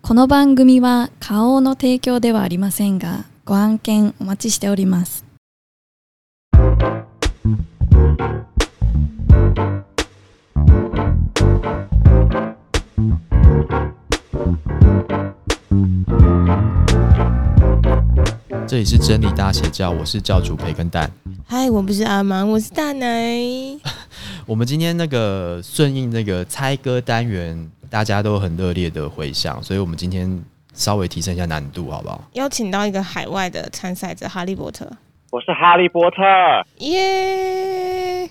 この番組は花王の提供ではありませんがご案件お待ちしております这里是真理大邪教，我是教主培根蛋。嗨，我不是阿芒，我是大奶。我们今天那个顺应那个猜歌单元，大家都很热烈的回响，所以我们今天稍微提升一下难度，好不好？邀请到一个海外的参赛者哈利波特，我是哈利波特。耶、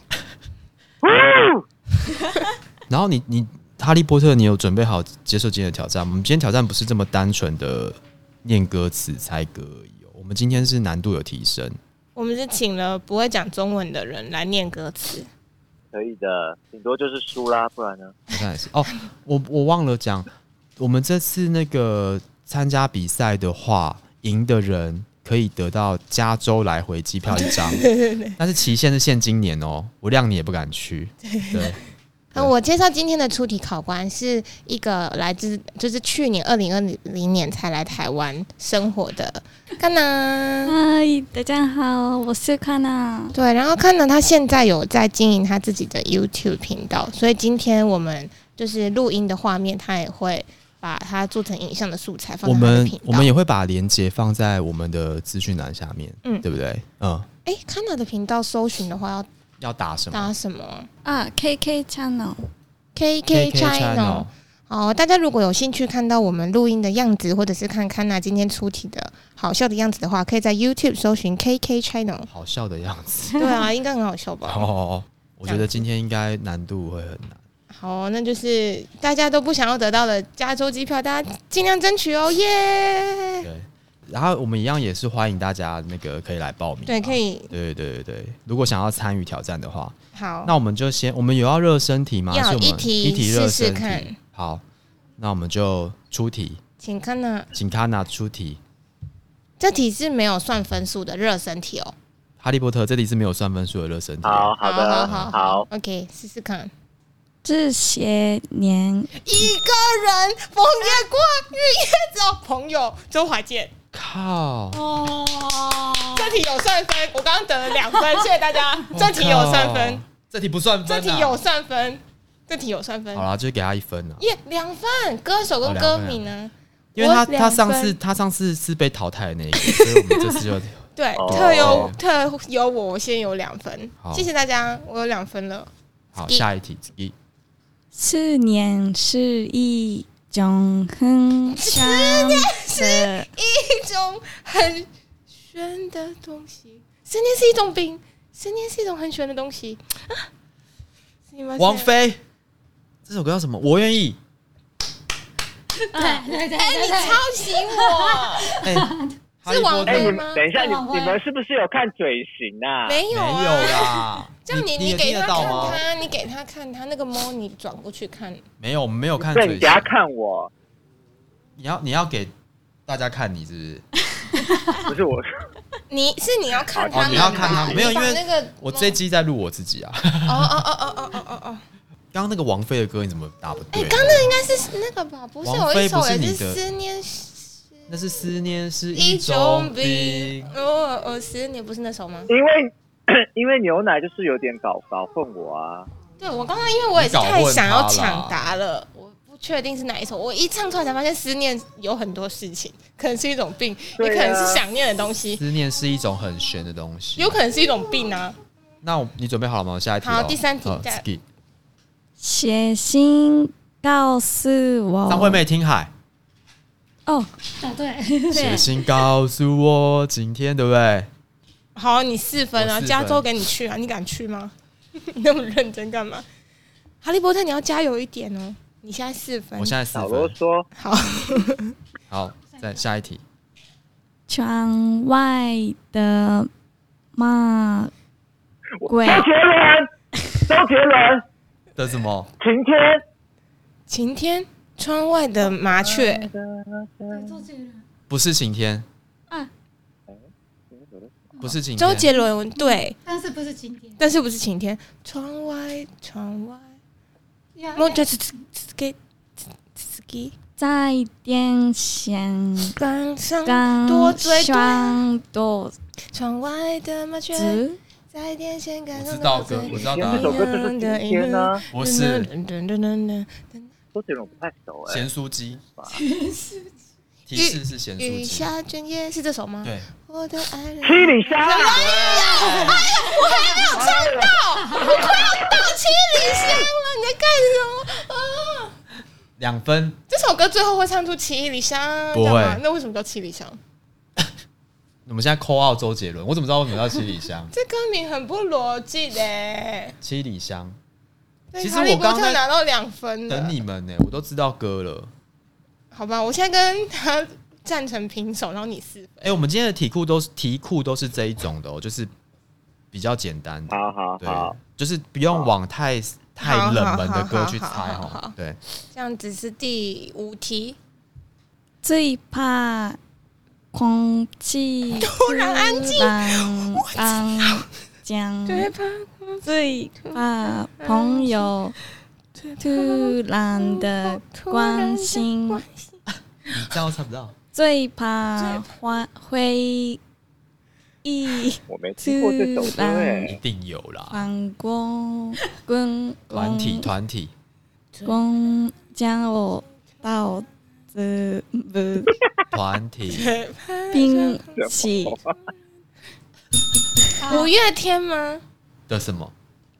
然后你你哈利波特，你有准备好接受今天的挑战吗？我们今天挑战不是这么单纯的念歌词猜歌而已、哦，我们今天是难度有提升。我们是请了不会讲中文的人来念歌词。可以的，顶多就是输啦，不然呢？好像也是哦，我我忘了讲，我们这次那个参加比赛的话，赢的人可以得到加州来回机票一 张，但是期限是限今年哦，我谅你也不敢去。对，那我介绍今天的出题考官是一个来自就是去年二零二零年才来台湾生活的康南。嗨大家好我是卡娜对，然后康南他现在有在经营他自己的 YouTube 频道，所以今天我们就是录音的画面，他也会把它做成影像的素材放我在他的们频道。我们也会把链接放在我们的资讯栏下面，嗯对不对？嗯，哎，康纳的频道搜寻的话要要打什么打什么啊 KK channel ？KK China。哦，大家如果有兴趣看到我们录音的样子，或者是看康纳今天出题的好笑的样子的话，可以在 YouTube 搜寻 KK China。好笑的样子。 对啊，应该很好笑吧？哦，我觉得今天应该难度会很难。好，那就是大家都不想要得到的加州机票，大家尽量争取 哦，耶！ 对，然后我们一样也是欢迎大家那个可以来报名，啊对，可。以，对对对对，如果想要参与挑战的话，好那，我们就先，我们有要热身题吗？要是我们一题一题热试身试题。看好，那我们就出题，请康纳，请卡纳出题。这题是没有算分数的热身题哦。哈利波特这里是没有算分数的热身题。好好好的，好好，OK，试试看。这些年一个人逢月光，日夜照。朋友，周华健。靠！哦，这题有算分，我刚刚得了两分，谢谢 大家。哦这题有算分靠，，这题不算分、这啊。题有算分，这题有算分好。啦，就给他一分了，耶，两哦分，歌手跟歌名呢？因为他我两他上次分他上次是被淘汰的那一个，所以我们这次 就对，哦特有特有我，我先有两分好，谢谢大家，我有两分了。好一下一题一思念是一种很香 的一种很玄的东西，思念是一种病，思念是一种很玄的东西。啊すいません王菲这首歌叫什么？我愿意。哎、你抄袭我？哎、哈利 波是王特哎、菲你吗们等一下，你王菲你们是不是有看嘴型啊？没有没啊，有啦， 这样你你也给听他得到看吗？他，你给他看他那个猫，你转过去看。没有，我们没有看对，嘴你型等一。下看我，你要你要给大家看你是不 是？不是我，你是你要看他哦们，你要看他们没有你把因为那个我这一集在录我自己啊。 哦哦哦哦哦哦哦哦，刚刚那个王菲的歌你怎么打不对？啊哎刚那应该是那个吧？不是王有菲一不首是也你的是思念那是思念是一一种种病病。。哦哦，思念不是那首吗？因为 因为牛奶就是有点搞搞混我啊。对我刚刚因为我也是太想要抢答了，我不确定是哪一首。我一唱出来才发现思念有很多事情，可能是一种病，也对啊可能是想念的东西，思念是一种很玄的东西有。可能是一种病啊。那我你准备好了吗？下一题咯。哦好第三题好再 skip 写信告诉我张惠妹听海，哦答对，写信告诉我今天，对不对？好，你四分我啊，四分加州给你去啊，你敢去吗？你那么认真干嘛？哈利波特，你要加油一点哦，你现在四分我。现在四少啰分。嗦，好，好，再下一题。窗外的骂鬼周杰伦，周杰伦，的什么？哎晴天，晴天，窗外的麻雀，嗯周杰伦，不是晴天，哎不是晴天。啊周杰伦对，但是不是今天？但是不是晴天？窗外，窗外。呀もうちょっとつつけつつき在电线刚上杆多追多上多窗外的麻雀子，在电线杆我上知的道麻歌雀，我知道以前答案这首，歌就是今天呢、啊，不是噔噔噔噔噔周杰伦我不太熟哎、咸酥鸡吧，提示是咸酥雨鸡，下整夜是这首吗？对，我的爱人。七里香，到啊七里香了，你在干什么？啊！两分，这首歌最后会唱出七里香，不会这样吗那为什么叫七里香？？我们现在扣奥周杰伦，我怎么知道我们要七里香这歌名很不逻辑嘞。七里香，对其实哈利我刚刚波特在拿到两分了等你们呢、我都知道歌了。好吧，我现在跟他战成平手，然后你四分。哎、我们今天的题库都是题库都是这一种的哦，就是比较简单的，好好对好，，就是不用往太太好冷门的好歌好去猜好好哦好。对，这样子是第五题，最怕空气突然安静安静，怕最怕朋友突然的关心，你这样猜不到，最怕欢回忆我没听过这首歌哎、一定有啦。翻滚滚团体哦滚团体，滚，将我到这不团体， 冰起。五月天吗？的什么？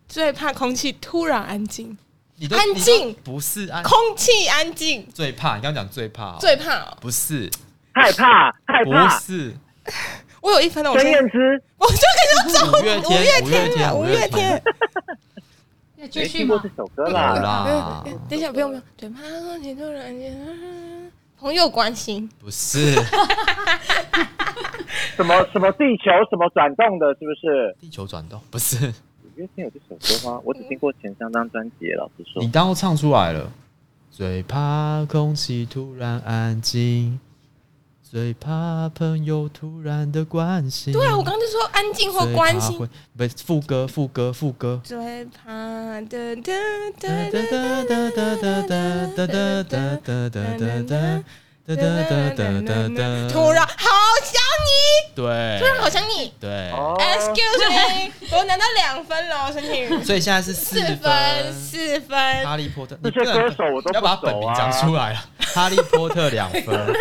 最怕空气突然安静，你都安你都静不是安空气安静最怕，你刚刚讲最怕哦，最怕哦、不是害怕害不怕，是我有一分了，我孙先，燕姿我就跟你说五月天，五月天，找五月天。。要继没续听过吗这？首歌有啦，啦，等一下，不用不用，对怕空气突然安静，朋友关心，不是什么什么地球什么转动的，是不是？地球转动，不是五月天有这首歌吗？我只听过前三张专辑，老实说你，刚刚唱出来了。最怕空气突然安静，最怕朋友突然的关心。对啊，我刚刚就说安静或最怕关心，会，不是副歌，副歌，副歌。最怕哒哒哒哒哒哒哒哒哒哒哒哒哒哒哒哒哒哒哒哒哒哒哒哒哒哒哒哒哒哒哒哒。突然好想你，对，突然好想你。对。哦 Excuse me，我拿到两分了，申请所以现在是四四分四分，哈利波特，这你些不能歌手我都要不把他本熟名啊讲出来啊！哈利波特两 分，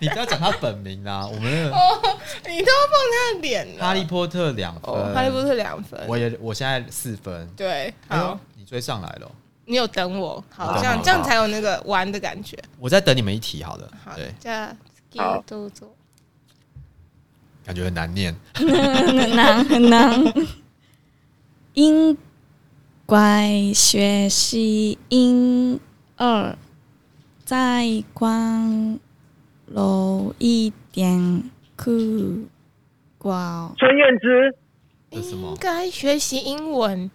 你不要讲他本名啦，我们那个哦，你都碰他的脸了。哈利波特两哦分，，哈利波特两分，我也我现在四分，对，哎好呦，，你追上来了哦，你有等我，好，好这样好这样才有那个玩的感觉。我再等你们一题好了，好对，，这样好动作。感觉很难念，很难很难。应该学习英二，再光柔一点酷光孙燕姿这是什应么？该学习英文，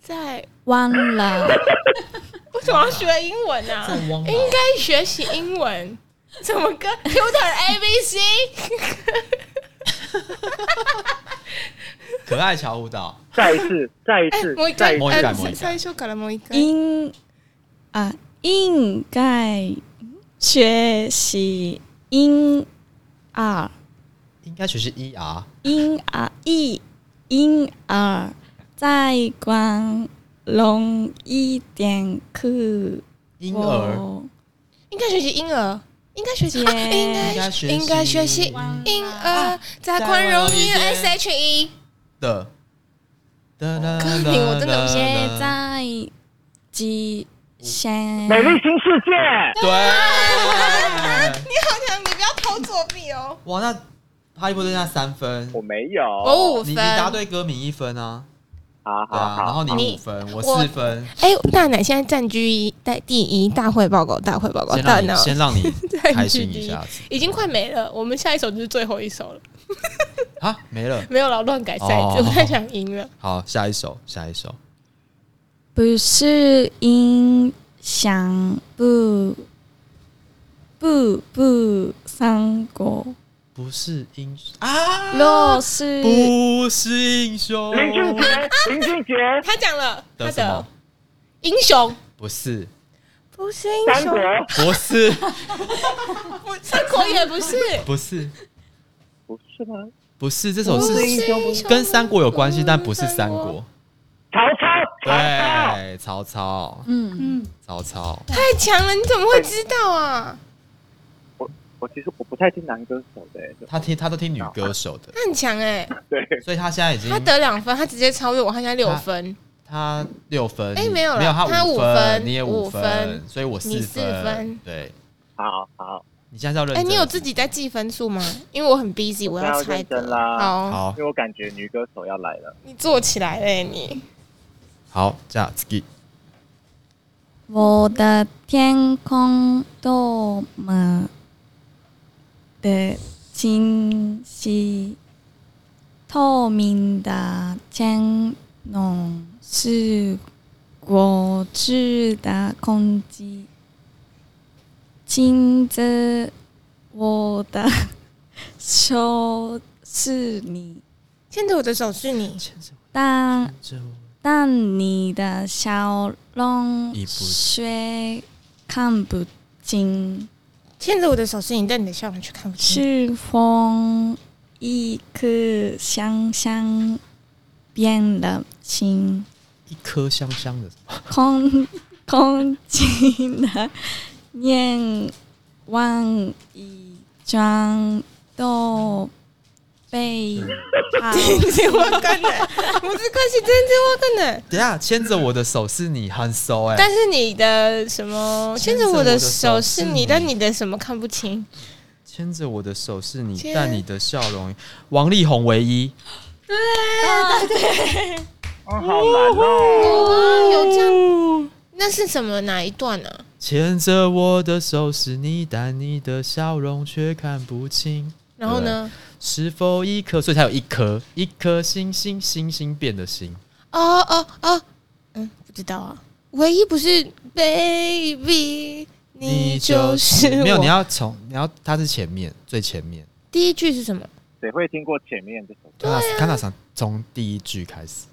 在忘了为什么要学英文呢、啊？汪应该学习英文，怎么跟 Tutor A B C？可爱乔舞蹈，再一 次再一次もう一哎再一もう一回回、次あもう一回最初からもう一回。应啊应该学习英二应该学习 ER，英二一英二，再光容一点酷。婴哦儿，应该学习婴儿，应该学习，姐啊应应该该学习应该学习婴儿，在宽容于 S H E。的，歌哦歌名我真的不行也在极限，美丽新世界，对。你 好强，你不要偷作弊哦。哇，那哈利波特现在三分，我没有，我五你你分。答对歌名一分啊，好对好啊，然好，后你你五分，我我四分，哎，大奶现在占据一在第一，大会报告，大会报告，先大让你奶先让 你占开据心第一一下，子已经快没了。我们下一首就是最后一首了，啊，没了，没有了，乱改赛制，哦我太想赢了。好，下一首，下一首，不是音响不不不三国，不是英啊，若是不是英雄，林俊 杰林俊杰他讲了，他的什么的？英雄不是，不是英三雄国，不是，三国也不是，不是，不是吗？不是，这首不是是英雄不是跟三国有关系，但不是三国。。曹操，曹操，对，曹操，嗯，嗯，曹操，太强了，你怎么会知道啊？我其实我不太听男歌手的、欸，他听他都听女歌手的，他很强哎、 对，所以他现在已经他得两分，他直接超越我，他现在六嗯分，他六分，哎你没有啦没有他他五五分你也五分分，所以我你四分，分对，好好，你现在是要认哎、真，你有自己在记分数吗？因为我很 busy，我当然要要猜认真的。啦好，好因为我感觉女歌手要来了，你做起来嘞、你好，这样 ski 我的天空多么的清晰，透明的天空是我知的空气，亲自我的 手是你，牵着我的手是你，牵着但我牵着我但你的笑容已不却看不清，牵着我的手是你，但你的笑容却看不 清。是否一颗香香变了心，一颗香香的，空空气的念望一张都被抛这我干的，啊不是关系，真的我干的。等一下牵着我的手是你很熟哎，但是你的什么牵着我的手牵着我的手是是你你，但你的什么看不清？牵着我的手是你，牵但你的笑容，王力宏唯一，哦，好难哦，有啊，有这样。那是什么哪一段啊？牵着我的手是你，但你的笑容却看不清。然后呢？是否一颗？所以它有一颗，一颗星星，星星变的星。哦哦哦，嗯，不知道啊。唯一不是 baby，你就是我。没有，你要从你要，它是前面最前面。第一句是什么？谁会听过前面这首歌？啊看那看那从从第一句开始，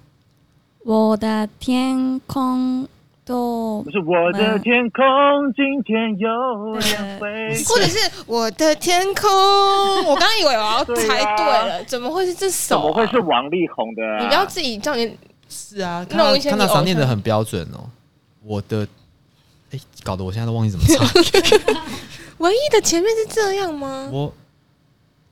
我的天空都不是我的天空今天有两回，或者是我的天空？我刚刚以为我要猜对了，怎么会是这怎首么啊、会是王力宏的、啊？你不要自己叫你是啊，看那我那以前看那你偶常像念的很标准哦。我的，哎、搞得我现在都忘记怎么唱。 唯一的前面是这样吗？我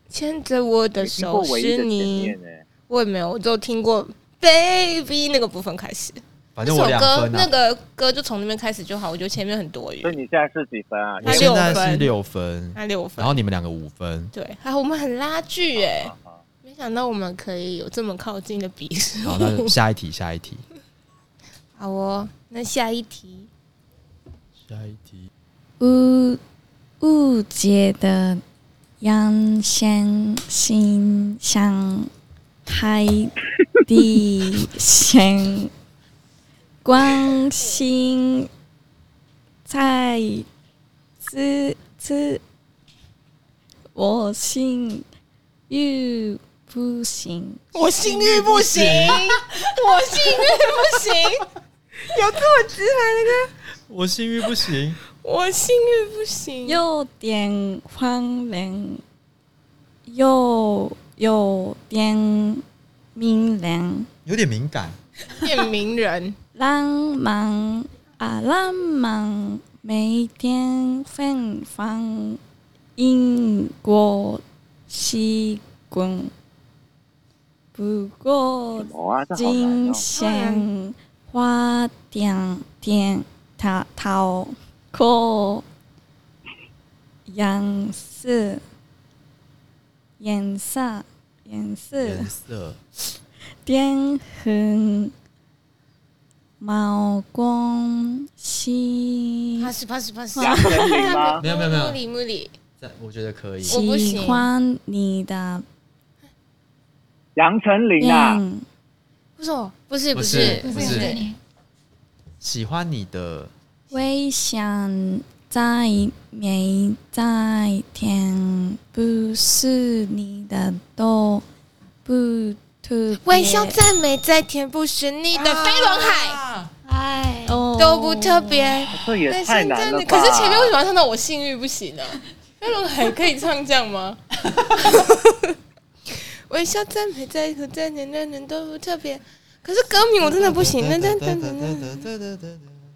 牵着我的听过手唯一是的前你面，欸我也没有，我只有听过 baby 那个部分开始。反这正首我两歌分那啊。个歌就从那边开始就好，我觉得前面很多余所，以你现在是几分啊？我那现六在是分六分，那六分然。后你们两个五分。对，还有我们很拉锯哎、啊啊没想到我们可以有这么靠近的比数。哦好， 那就下一题，下一题，好哦，那下一题，下一题。误误解的阳先心像海底线，关心在此此，我心欲不行。我性欲不行， 我性欲不行， 有这么直白的歌，我幸运不行，我性欲不行。有点荒凉，又有点明亮，有点敏 感。变名 人，浪漫啊浪漫，每天芬芳，因果习惯，不过什么啊？这好难金哦！线花点点它逃过颜色颜色颜色颜色，点痕毛光西他是他是他是，杨丞琳啊 吗？没有没有没有木里木里，这我觉得可以。我不喜行欢你的杨丞琳啊，嗯变不是我不是不不是是不是喜欢你的微想在每在天，不是你的都不特别。啊微笑赞美在填不是你的飞轮海，啊哎，哦都不特别。这也太真难了的，吧？可是前面为什么要唱到我幸运不行呢、 啊？那种还可以唱这样 吗？微笑赞美在乎在年人人都不特别，可是歌名我真的不行。那那那那那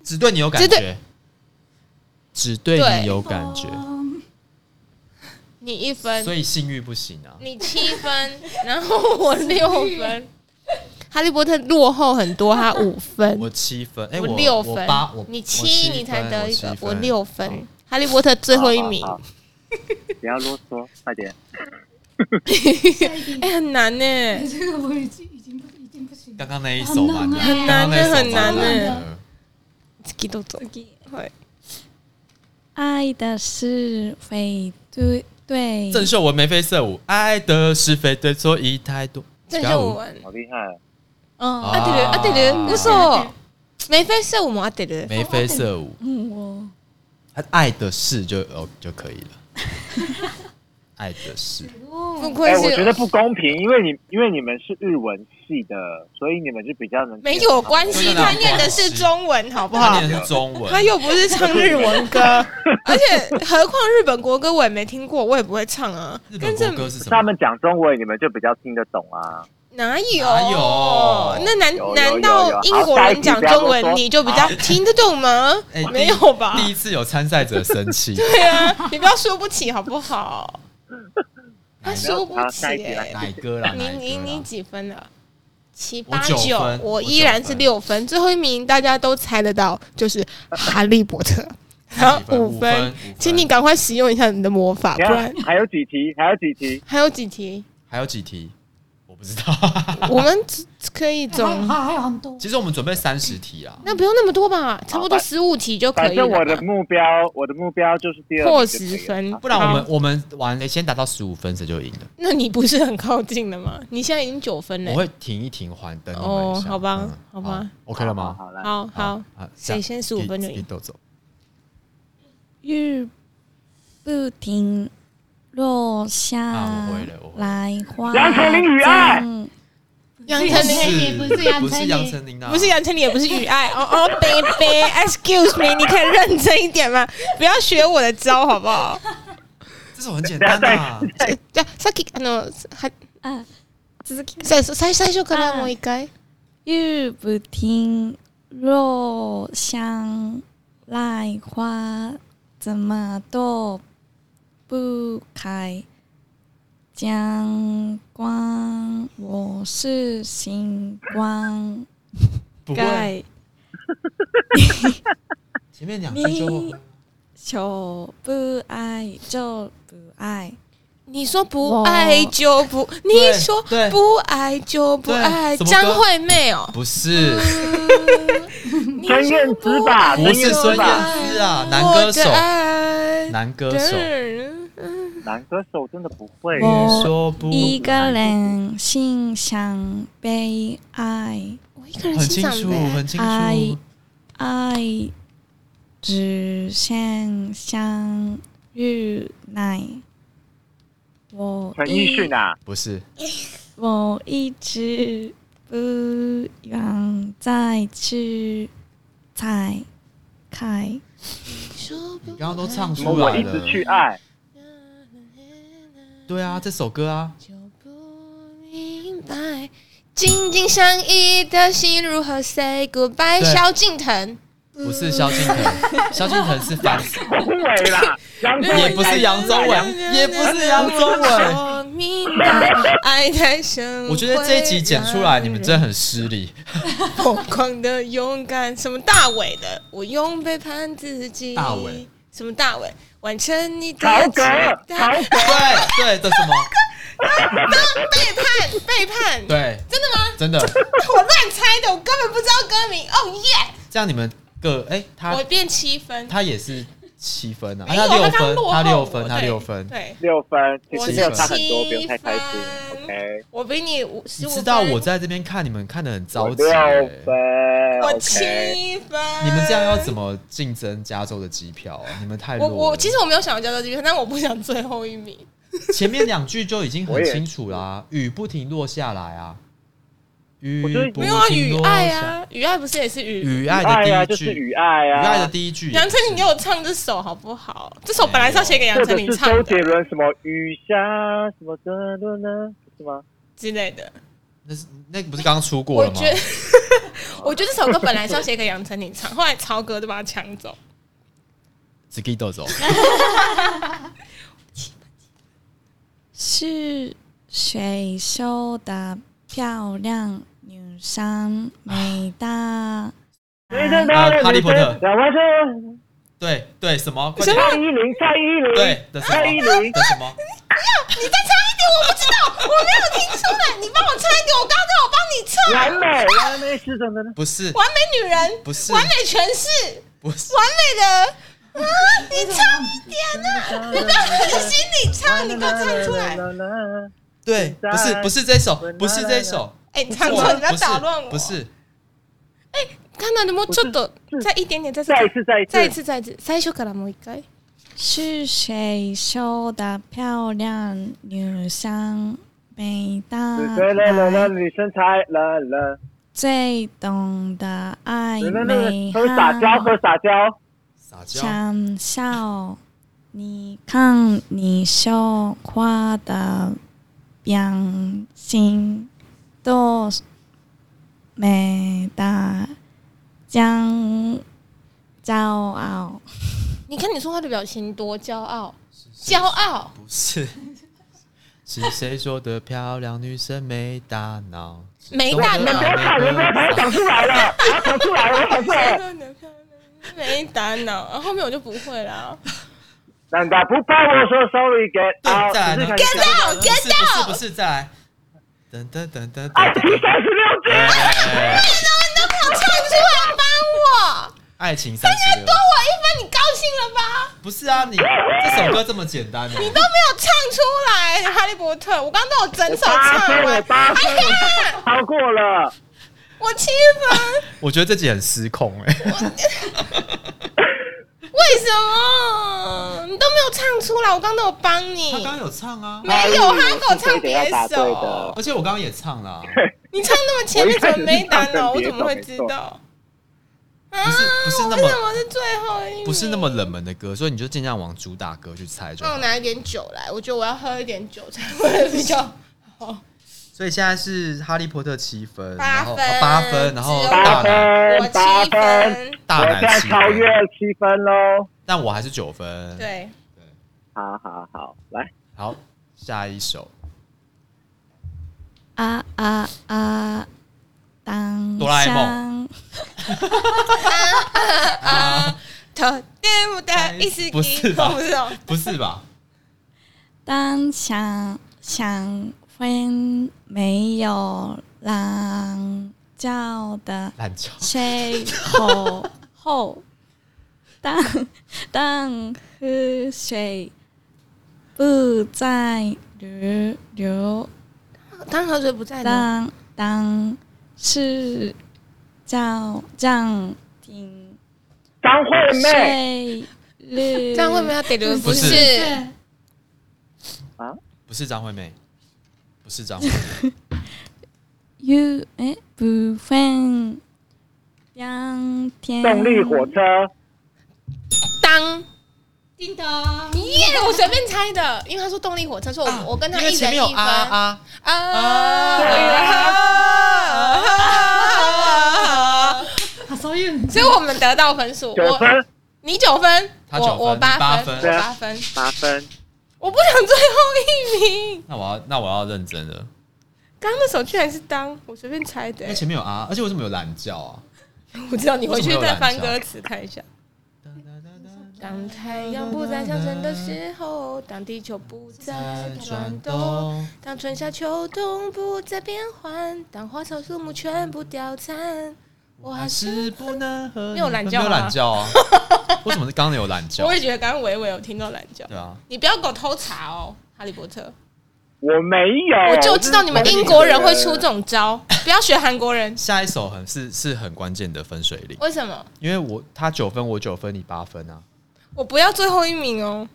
只对你有感只觉对，只对对哦你有感觉，你一分所，以性欲不行啊。你七分， 然后我六分。哈利波特落后很多，他五分，我七分，哎，我六我分八，我，你我七七你才分得我一个七，我分六分。哈利波特最后一名好，好好不要啰嗦，快点。 哎，很难呢。这个我已经已经不已经不行了刚。刚那一首完了，很刚刚难欸那一首很难欸完了呢次都走，爱的是非对对，郑秀文眉飞色舞，爱的是非对错已太多。这就我玩。好厉害！啊嗯啊对了啊对了，啊不错，眉飞色舞嘛啊对了，眉飞色舞，嗯，我他爱的是就哦就可 以了，爱的是哦不哎、愧我觉得是不公平，因为你因为你们是日文系的，所以你们就比较能没有关系，真的他很念的是中文，好不他好？念的是中文，他又不是唱日文歌，而且何况日本国歌我也没听过，我也不会唱啊。日本跟这国歌是什 他么？们讲中文，你们就比较听得懂啊。哪有？哪有那难有有难有道有英国好下一人题讲不要中文啰嗦你就比较听得懂吗啊哎？没有吧？第一次有参赛者生气，对啊， 你不要输不起好不好？哎他输不好起下一题来欸。哪个啦？你哪一你个啦你几分了？七我八九分我我九依然是分六分，最后一名大家都猜得到，就是哈利波特，然几后分五分分五分，请你赶快使用一下你的魔法，不你看然啊还有几题，还有几题，还有几题，还有几题？我不知道。 我们只可以还 总还还有很多。其实我们准备三十题啊啦，那不用那么多吧，差不多好十五题就可反以了正我的吧。目标，我的目标就是第二名破就可以十了分，不然我们好我们玩了先达到十五分谁就赢了。那你不是很靠近了吗？你现在已经九分了我。会停一停，缓等你们一哦下。好吧嗯好吧，OK 了好吗？好了，好好，啊，这谁样先十五分就自己赢？都走。日不停落下啊我会了我会了来花杨丞琳与爱正杨丞琳也不是杨不丞是琳杨丞琳啊，不是杨丞琳，也不是雨爱。哦哦，baby，excuse me，你可以认真一点吗？不要学我的招，好不好？这首很简单啊。じゃあさっきあのは啊，続きさ最最初からもう一回。日不停落下来花怎么都不开，将光我是星光不会，盖。前面两句就你就不爱就不爱，你说不爱就不，你对说对不爱就不爱，对什么歌张惠妹哦。不是，你孙说燕姿吧，不孙是燕孙姿吧，燕姿啊， 男歌手我的，爱男歌手。男歌手真的不会。哦我说不一个人心想被爱，我一个人很欣清赏楚，呗。很清爱楚。爱只剩相遇奈。我陈一奕迅啊，不是，我一直不愿再去猜开。说不你刚刚都唱什出么我来一直去啊了。爱，对啊，这首歌啊，就不明白，紧紧相依的心如何 say goodbye？对萧敬腾，不是萧敬腾， 萧敬腾是翻，不会啦，杨宗纬也不是杨宗纬，也不是杨宗纬。我明白，爱太深。我觉得这一集剪出来，你们真的很失礼。疯狂的勇敢，什么大伟的，我用背叛自己。大伟，什么大伟？完成你的曹期格待曹格对对的 什么？背叛，背叛，对，真的吗？真的。我乱猜的，我根本不知道歌名。哦耶！这样你们各哎，他我变七分，他也是七分啊，没有他六哎他刚分落，后他六我分，他对六分。对，六分，其我实没有是差很多，七不用太开心。分 OK，我比你五你十五。知道我在这边看你们看的很着急、六欸，分，我 OK 七分。你们这样要怎？么竞争加州的机票 啊？你们太弱我了我其实我没有想要加州这边，但我不想最后一名。前面两句就已经我很也清楚啦、雨不停落下来啊，雨我觉得不没没有啊，停雨落爱下，啊，雨爱不是也是雨？雨爱爱的第啊，就一句，是雨爱啊，雨爱的第一句也是，杨丞琳给我唱这首好不好？这首本来是要写给杨或丞者琳是唱周杰的伦什么雨下什么的的呢？是吗？之类的。那是那个不是刚出过我了吗觉？得， 我觉得这首歌本来是要写给杨丞琳唱，后来曹格就把它抢走。子给豆走，是谁绣的漂亮女 生美的？哎呃哈利波特两万声，对对，什么？快什点么蔡依林，蔡依林，对的什蔡依么林的，什么？ 我没有听出来，你帮我唱一点，我刚刚我帮你唱。完美，完美是什么呢？不是完美女人，不是完美诠释，不是完美的。啊！你唱一点啊呐、我不要狠心你唱，你给我唱出来。对，不是不是这首，不是这首，哎、你唱错，你不要不是打乱我。不，是看到你们这的，再一点点，再再一次，再一次，再一次，再一次，再一次，からもう一回。是谁绣的漂亮女生美对啦啦的？啦，女生才啦啦，最懂得爱那美那喝撒娇，喝撒娇，撒娇。想笑，你看你绣花的表情多美的将骄傲。你看你说话的表情多骄傲，骄傲。不是，是谁说的漂亮女生没大脑？没大脑懂不要得看，爱人家美才想出来 了，我想出来了，我想出来了。没大脑，后面我就不会啦。难道哎不怕我说 sorry？Get 对， out！再来只呢是想再来呢不是不 out，get 是 out 啊不是，再来。噔噔噔噔爱情噔，哎三十六计，哎哎唱出来帮我，哎爱情三十六多，我一分，你高兴了吧？不是啊，你这首歌这么简单欸吗？都没有唱出来，《哈利波特》，我刚刚都有整首八唱分，我完，哎八分，超过了。我啊七分，我觉得这集很失控欸哎、为什么你都没有唱出来？我刚刚都有帮你他，刚刚有唱啊，没有，他给我唱别首，而且我刚刚也唱 了啊，你唱那么前面怎么没打脑？我怎么会知道？啊，不是不是那么为什么是最后一名？不是那么冷门的歌，所以你就尽量往主打歌去猜就那我好。拿一点酒来，我觉得我要喝一点酒才会比较好。所以现在是《哈利波特》七分，八然后分哦八分，然后只有大八奶我分，八七分，分，大我现奶在七超越分，七分喽。但我还是九分。，对，好好好，来，好，下一首啊啊啊！当哆啦 A 香梦头对不对？一思不是吧不是哦，不是 吧？当想想婚没有狼叫的烂球。吹口后，当当喝水不再流流，哦当河水不在呢。当当是叫暂停张惠妹，睡日，这样会不会要得流？不是是，不是张惠妹，不是张惠 妹，有哎不分两天动力火车，嗯当叮咚，耶！我随便猜的，因为他说动力火车，所以我我跟他因为一前人面一有分啊啊啊啊！あそういうの。所以我们得到分数，九我分，啊你九分，他九我分我你八分，分我八分，八分，我不想最后一名。那我要那我要认真了，刚刚那首居然是当我随便猜的因为，前面有啊，而且为什么有懒觉啊？我知道你回去再翻歌词看一下。当太阳不再上升的时候，当地球不再转动，当春夏秋冬不再变换，当花草树木全部凋残，我还是不能和没有懒觉吗没有懒觉 啊？为什么刚刚有懒觉我？也觉得刚刚伟伟有听到懒觉，对啊，你不要给我偷查哦，《哈利波特》哎我没有，我就知道你们英国人会出这种招，不要学韩国人。下一首很是是很关键的分水岭，为什么？因为我他九分，我九分，你八分啊。我不要最后一名哦。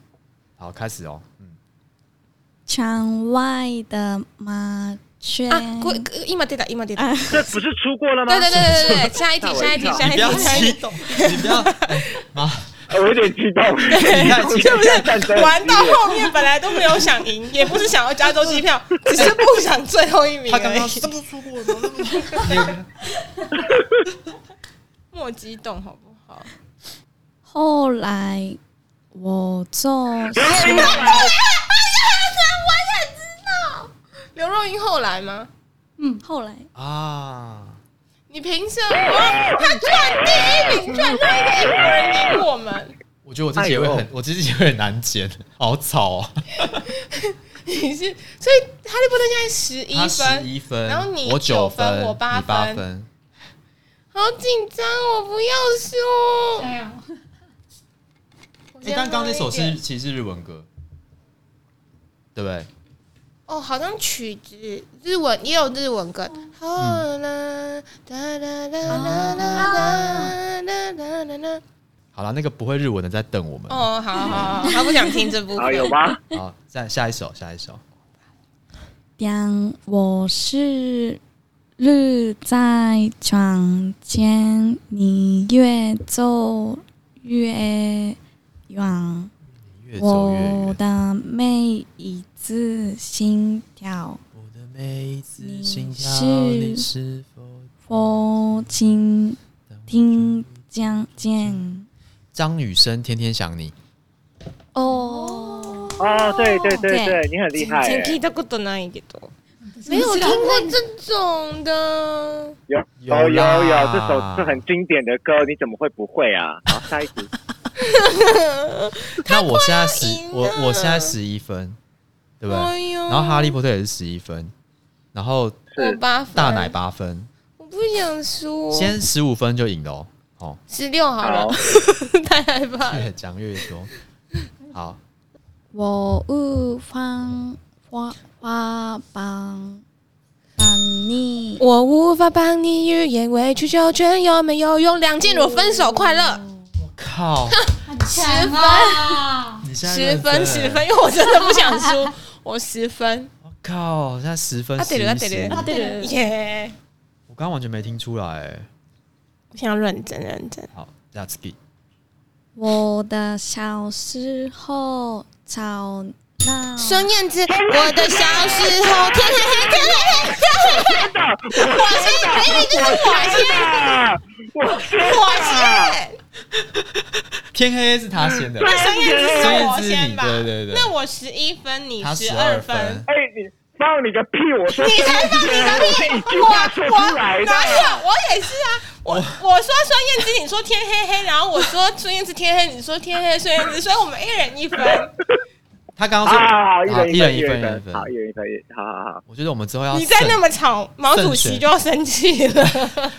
好，开始哦，嗯，窗外的马圈啊，过今出た今出た。这不是出过了吗？对对对对对，下一题下一题下你一不要题下一激题。动，你不要，哎妈，啊对， 我有点激动，你看你是不是战 争 玩到后面本来都没有想赢，也不是想要加州机票，只是不想最后一名他刚而刚已。这不出过吗？ 莫激动好不好？后来我做哎刘若英后来吗？嗯，后来啊，你凭什么？他赚第一名，赚到一个英国人赢我们，我觉得我这节会哎很呦，我这节会很难剪，好吵啊！你是所以哈利波特现在十他一十分，一分，然后你我九分分，我八你八分分，好紧张，我不要输。加油！哎、但刚刚那首是其实是日文歌，对不对？哦，好像曲子日文也有日文歌。好啦，哒啦啦啦啦啦啦啦啦啦。好了，那个不会日文的在等我们。哦、哦，好好好，他不想听这部啊，有分。 吗？好，再下一首，下一首。嗯当我是日在床前，你越走越远，越走越远，我的每一次心跳我的每一次你心跳，是你是否我听听见见张雨生天天想你，哦，哦，对对对对对，你很厉害欸，聞いたことないけど，没有听过这种的。有有有有啦有，这首是很经典的歌，你怎么会不会 啊？好，下一题，那我现在十赢，了哎我我现在十一分，对不对？呦然后哈利波特也是十一分，然后我是八分，大奶，八分，我不想输。先十五分就赢了哦。哦，十六好了好，太害怕了。越讲越多。好，我无法花花帮帮你。我无法帮你欲言委曲求全，有没有用？梁静茹分手快乐，我靠，十分，你现在十认真分十分，，因为我真的不想输，我十分。我靠，现在十分啊十对了啊对一了啊分，对了，耶！我刚刚完全没听出来欸。我想要认真认真。好，这样子给我的小时候吵闹，孙燕姿，我的小时候，天黑黑，天黑黑， 天黑黑，我先，明明就是我先，啊我天我啊！先。天黑黑是他先的， 那孙燕姿孙是燕我姿先你吧？对对对，那我十一分，你他十二二分。，哎，你放你个屁！我说你才放 个你屁啊我是一句我话说出来我的。哪有？我也是啊。我我说孙燕姿，你说天黑黑，然后我说孙燕姿天黑，你说天黑孙燕姿，所以我们一人一分。他刚刚好说，好好，好啊一啊一人人一一分一分，一人一分好，一人一分，一好好好。我觉得我们之后要你再慎那么吵，毛主席就要生气了。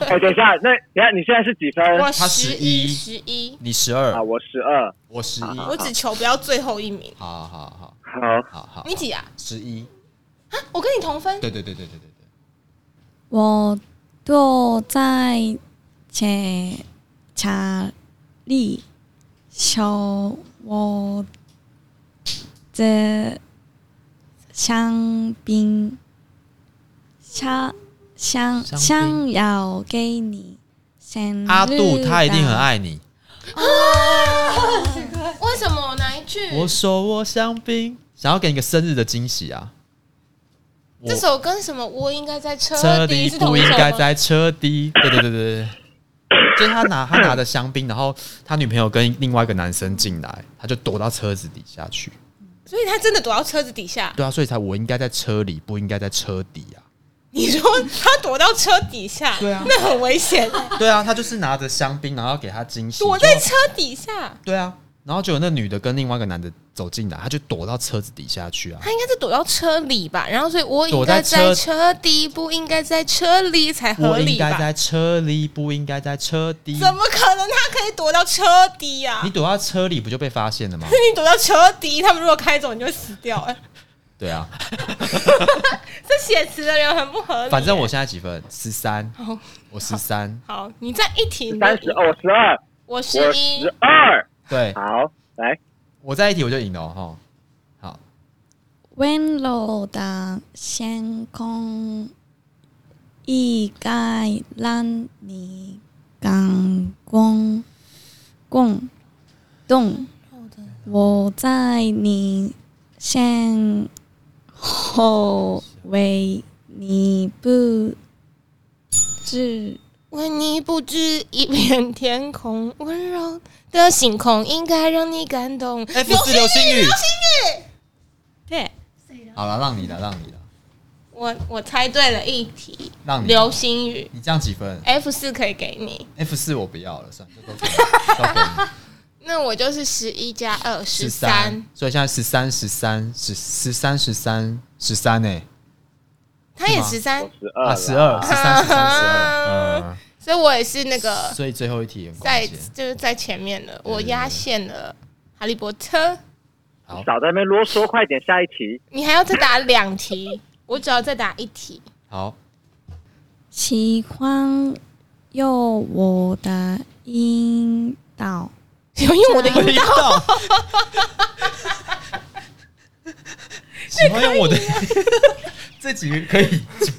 哎，等一下，那等一下你现在是几分？我他十11十一，你十啊，二，我十二。我十一，我只求不要最后一名。好好好好，好好，你几啊？十一，我跟你同分。对对对对对对对，我坐在车车里，手握着香槟，想想香想槟要给你生日阿杜他一定很的爱你。为什么哪一句？我手握香槟，想要给你个生日的惊喜啊！我这首跟什么？我应该在车车底底是不同一应首该吗？在车底，对对对对对，就是他拿他拿着香槟，然后他女朋友跟另外一个男生进来，他就躲到车子底下去。所以他真的躲到车子底下。对啊，所以才我应该在车里，不应该在车底啊。你说他躲到车底下，对啊那很危险。对啊，他就是拿着香槟，然后要给他惊喜。躲就在车底下，对啊，然后就有那女的跟另外一个男的走进来，他就躲到车子底下去啊。他应该是躲到车里吧？然后，所以我应躲该在车在车底，不应该在车里才合我理应该吧？在车里，不应该在车底。怎么可能他可以躲到车底呀、你躲到车里不就被发现了吗？你躲到车底，他们如果开走，你就会死掉、哎，对啊，这写词的人很不合理。反正我哎现在几分？十三，好我十三。好，你再一提你就三十，赢哦，我十二，我十我一十，二。对，好，来，我再一题我就赢了哦。吼好，温柔的星空应该让你感动共动。我在你身后为你不知。为你布置一片天空，温柔的星空应该让你感动。 F 四流星雨，对，好了，让你了，让你了，我我猜对了一题，让你流星雨你这样几分 F 四可以给你， ？F 四我不要了，算了，都给你都给你那我就是十一加二十十三三。，所以现在十三、十三、十十三、十三、十三呢？他也十是三我，十啊，十二、二，十三、十三、十二，所以我也是那嗯，个所以最后一题很关在键。就是在前面了，对我压线了。哈利波特，好，少在那边啰嗦，快点下一题。你还要再答两题，我只要再答一 题。好，喜欢有我的引导，有用我的引导，道。 喜欢用我的这几个可以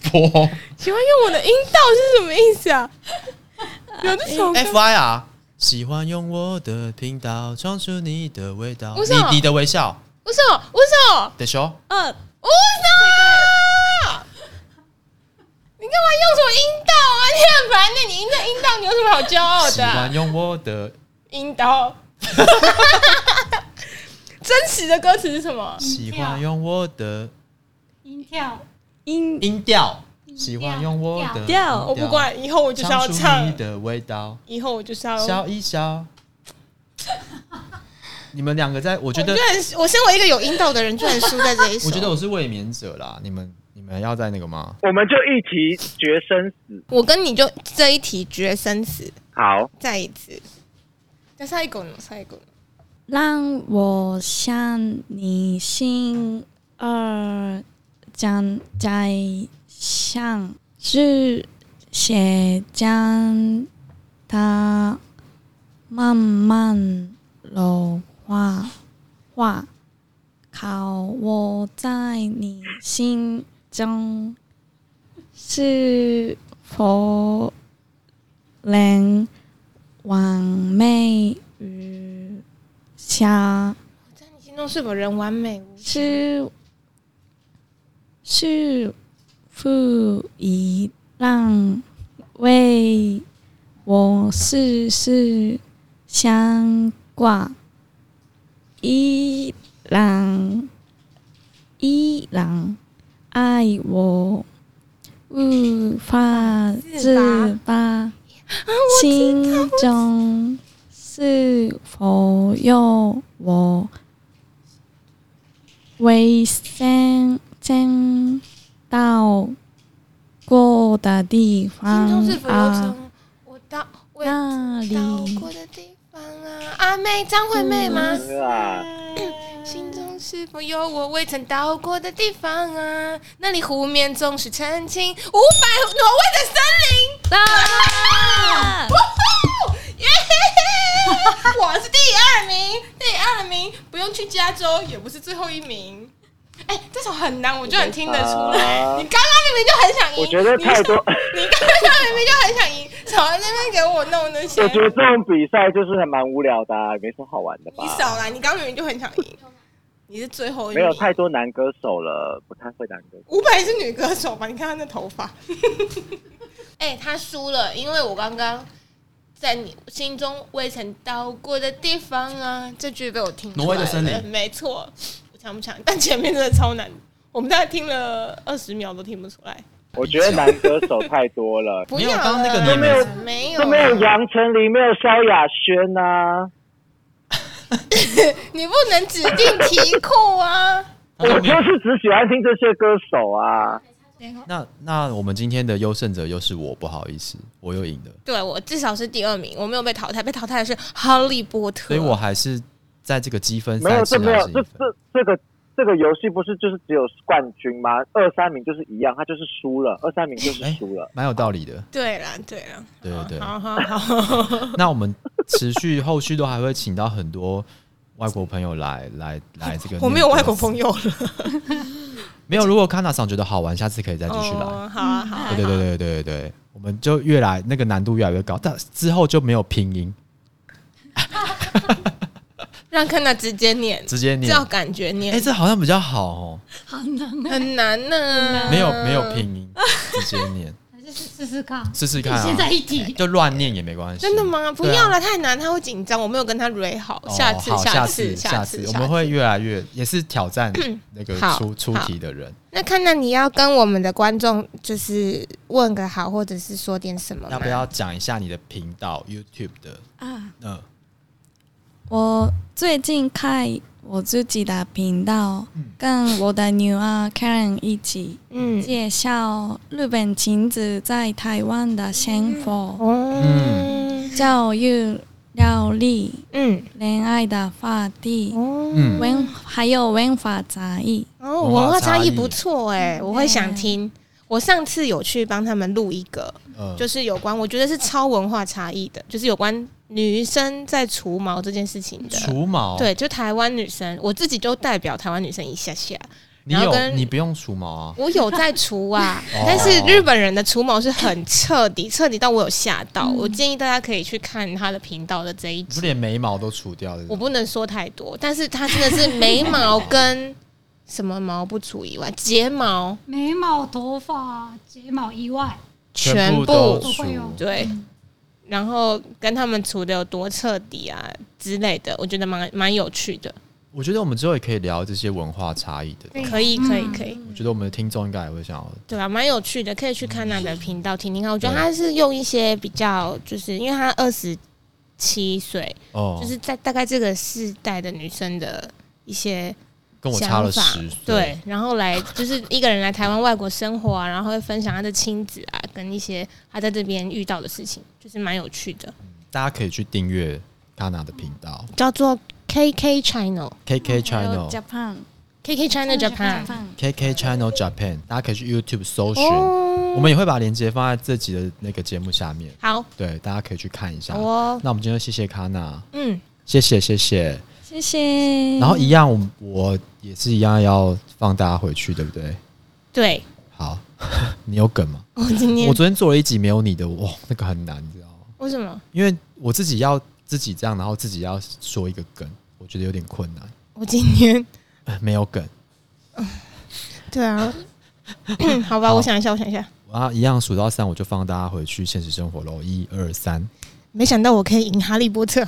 播。喜欢啊用我的引导是什么意思 啊？有这首歌 F I R，喜欢用我的频道唱出你的味道，为什么你你的微笑，乌手乌手得说。二乌手，你干嘛用什么引导啊？你很烦的，你赢的引导，你有什么好骄傲喜的啊、欢用我的引导。 真实的歌词是什么？喜欢用我的音跳，音音调，喜欢用我的调调我不管，以后我就是要唱出唱你，的味道，以后我就是要。笑一笑。 你们两个在，我我觉得居，然是，我身为一个有引导的人，居然输在这一首。我觉得我是卫冕者啦。你们，你们要在那个吗？我们就一题决生死。我跟你就这一题决生死，好，再一次。再下一个呢？下一个呢？让我向你心儿将在向是血将它慢慢融化化，靠我在你心中是否能完美与想在你心中是否仍完美无缺？是是不以让为我事事相挂，依然依然爱我无法自拔，心中是否有我？为生争到过的地心中是方否有啊，曾我到我也那到里过的地方啊？阿妹，张惠妹吗？嗯是啊，心中是否有我未曾到过的地方啊？那里湖面总是澄清，五百挪威的森林。啊 呜呼耶！我是第二名，第二名，不用去加州，也不是最后一名。哎、这首很难，我就很听得出来。啊你刚刚明明就很想赢，我觉得太多。 你刚刚明明就很想赢，少在那边给我弄那些。我觉得这种比赛就是还蛮无聊的、啊，没什么好玩的吧你？少来，你刚刚明明就很想赢，你是最后一没名。有太多男歌手了，不太会男歌手。伍佰是女歌手吧？你看她那头发。 哎、她输了，因为我刚刚在你心中未曾到过的地方啊，这句被我听出来了挪威的森林没错，我抢不抢？但前面真的超难，我们大概听了二十秒都听不出来。，我觉得男歌手太多了不没有要刚刚那个了你没有没有啊都没有杨丞琳，没有萧亚轩啊呐、你不能指定题库啊！ 我就是只喜欢听这些歌手啊。那那我们今天的优胜者又是我，不好意思，我又赢了，对我至少是第二名，我没有被淘汰，被淘汰的是哈利波特。所以我还是在这个积分没赛有，制这没还有啊是，赢这分这这个这个游戏不是就是只有冠军吗？二三名就是一样，他就是输了，二三名就是哎输了。蛮有道理的。对啦，对啦，对对对，好好好。那我们持续后续都还会请到很多外国朋友来来来这个，我没有外国朋，友了。没有。如果 Kana 桑觉得好玩，下次可以再继续来。嗯哦，好啊，好啊。对对对对对对对，我们就越来那个难度越来越高，但之后就没有拼音，让看他直接念，直接念。照感觉哎、念，这好像比较好哦，好难啊！很难呢。没有没有拼音，直接念，还是试试看。试试看、啊。现在一题，就乱念也没关系。真的？吗？不对啊要了，太难，他会紧张。我没有跟他蕊好，哦、下次好，下次，下次，我下们次会越来越也是挑战那个好出出好题的人。那看到你要跟我们的观众就是问个好，或者是说点什么？要不？要讲一下你的频道 YouTube 的？啊！嗯，我最近开我自己的频道，嗯跟我的女儿 Karen 一起嗯，介绍日本晴子在台湾的生活、哦，嗯教育、料理、嗯，恋爱的话题，哦，嗯文还有文化差异。哦，文化文化差差异异嗯不错哎，我会想听。我上次有去帮他们录一个，呃就是有关，我觉得是超文化差异的，就是有关女生在除毛这件事情的。呃除毛，，啊对，就台湾女生，我自己就代表台湾女生一下下，你然后有跟你不用除毛啊？我有在除啊 哦，但是日本人的除毛是很彻底，彻底到我有吓到。嗯我建议大家可以去看他的频道的这一你不集，连眉毛都除掉的？我不能说太多，但是他真的是眉毛跟什么毛不除以外，睫毛眉毛、头发、睫毛以外，全全都部除全部，对。嗯然后跟他们除的有多彻底啊之类的，我觉得蛮蛮有趣的，我觉得我们之后也可以聊这些文化差异的。可以可以嗯可以，我觉得我们的听众应该也会想要，对啊，蛮有趣的，可以去看他的频道听听看。我觉得他是用一些比较，就是因为他二十七岁，哦，就是在大概这个世代的女生的一些跟我差想了法十岁，，对，然后来就是一个人来台湾外国生活啊，然后会分享他的亲子啊，跟一些他在这边遇到的事情，就是蛮有趣的，大家可以去订阅 Kana 的频道叫做 KK Channel，KK KK 还有 Channel。 Japan， China Japan。 KK Channel Japan，大家可以去 YouTube 搜寻，我哦，们也会把链接放在这集的那个节目下面，好，对，大家可以去看一下好。哦，那我们今天就谢谢 Kana，嗯，谢谢谢谢。谢谢。然后一样，我我也是一样要放大家回去，对不对？对，好， 你有梗吗？我哦今我天昨天做了一集没有你的，哇，那个很难，你知道吗？为什么？因为我自己要自己这样，然后自己要说一个梗，我觉得有点困难。我今天呃没有梗，对 啊，嗯好吧，好我想一下，我想一下，我要一样数到三，我就放大家回去现实生活喽。一二三， 没想到我可以赢哈利波特，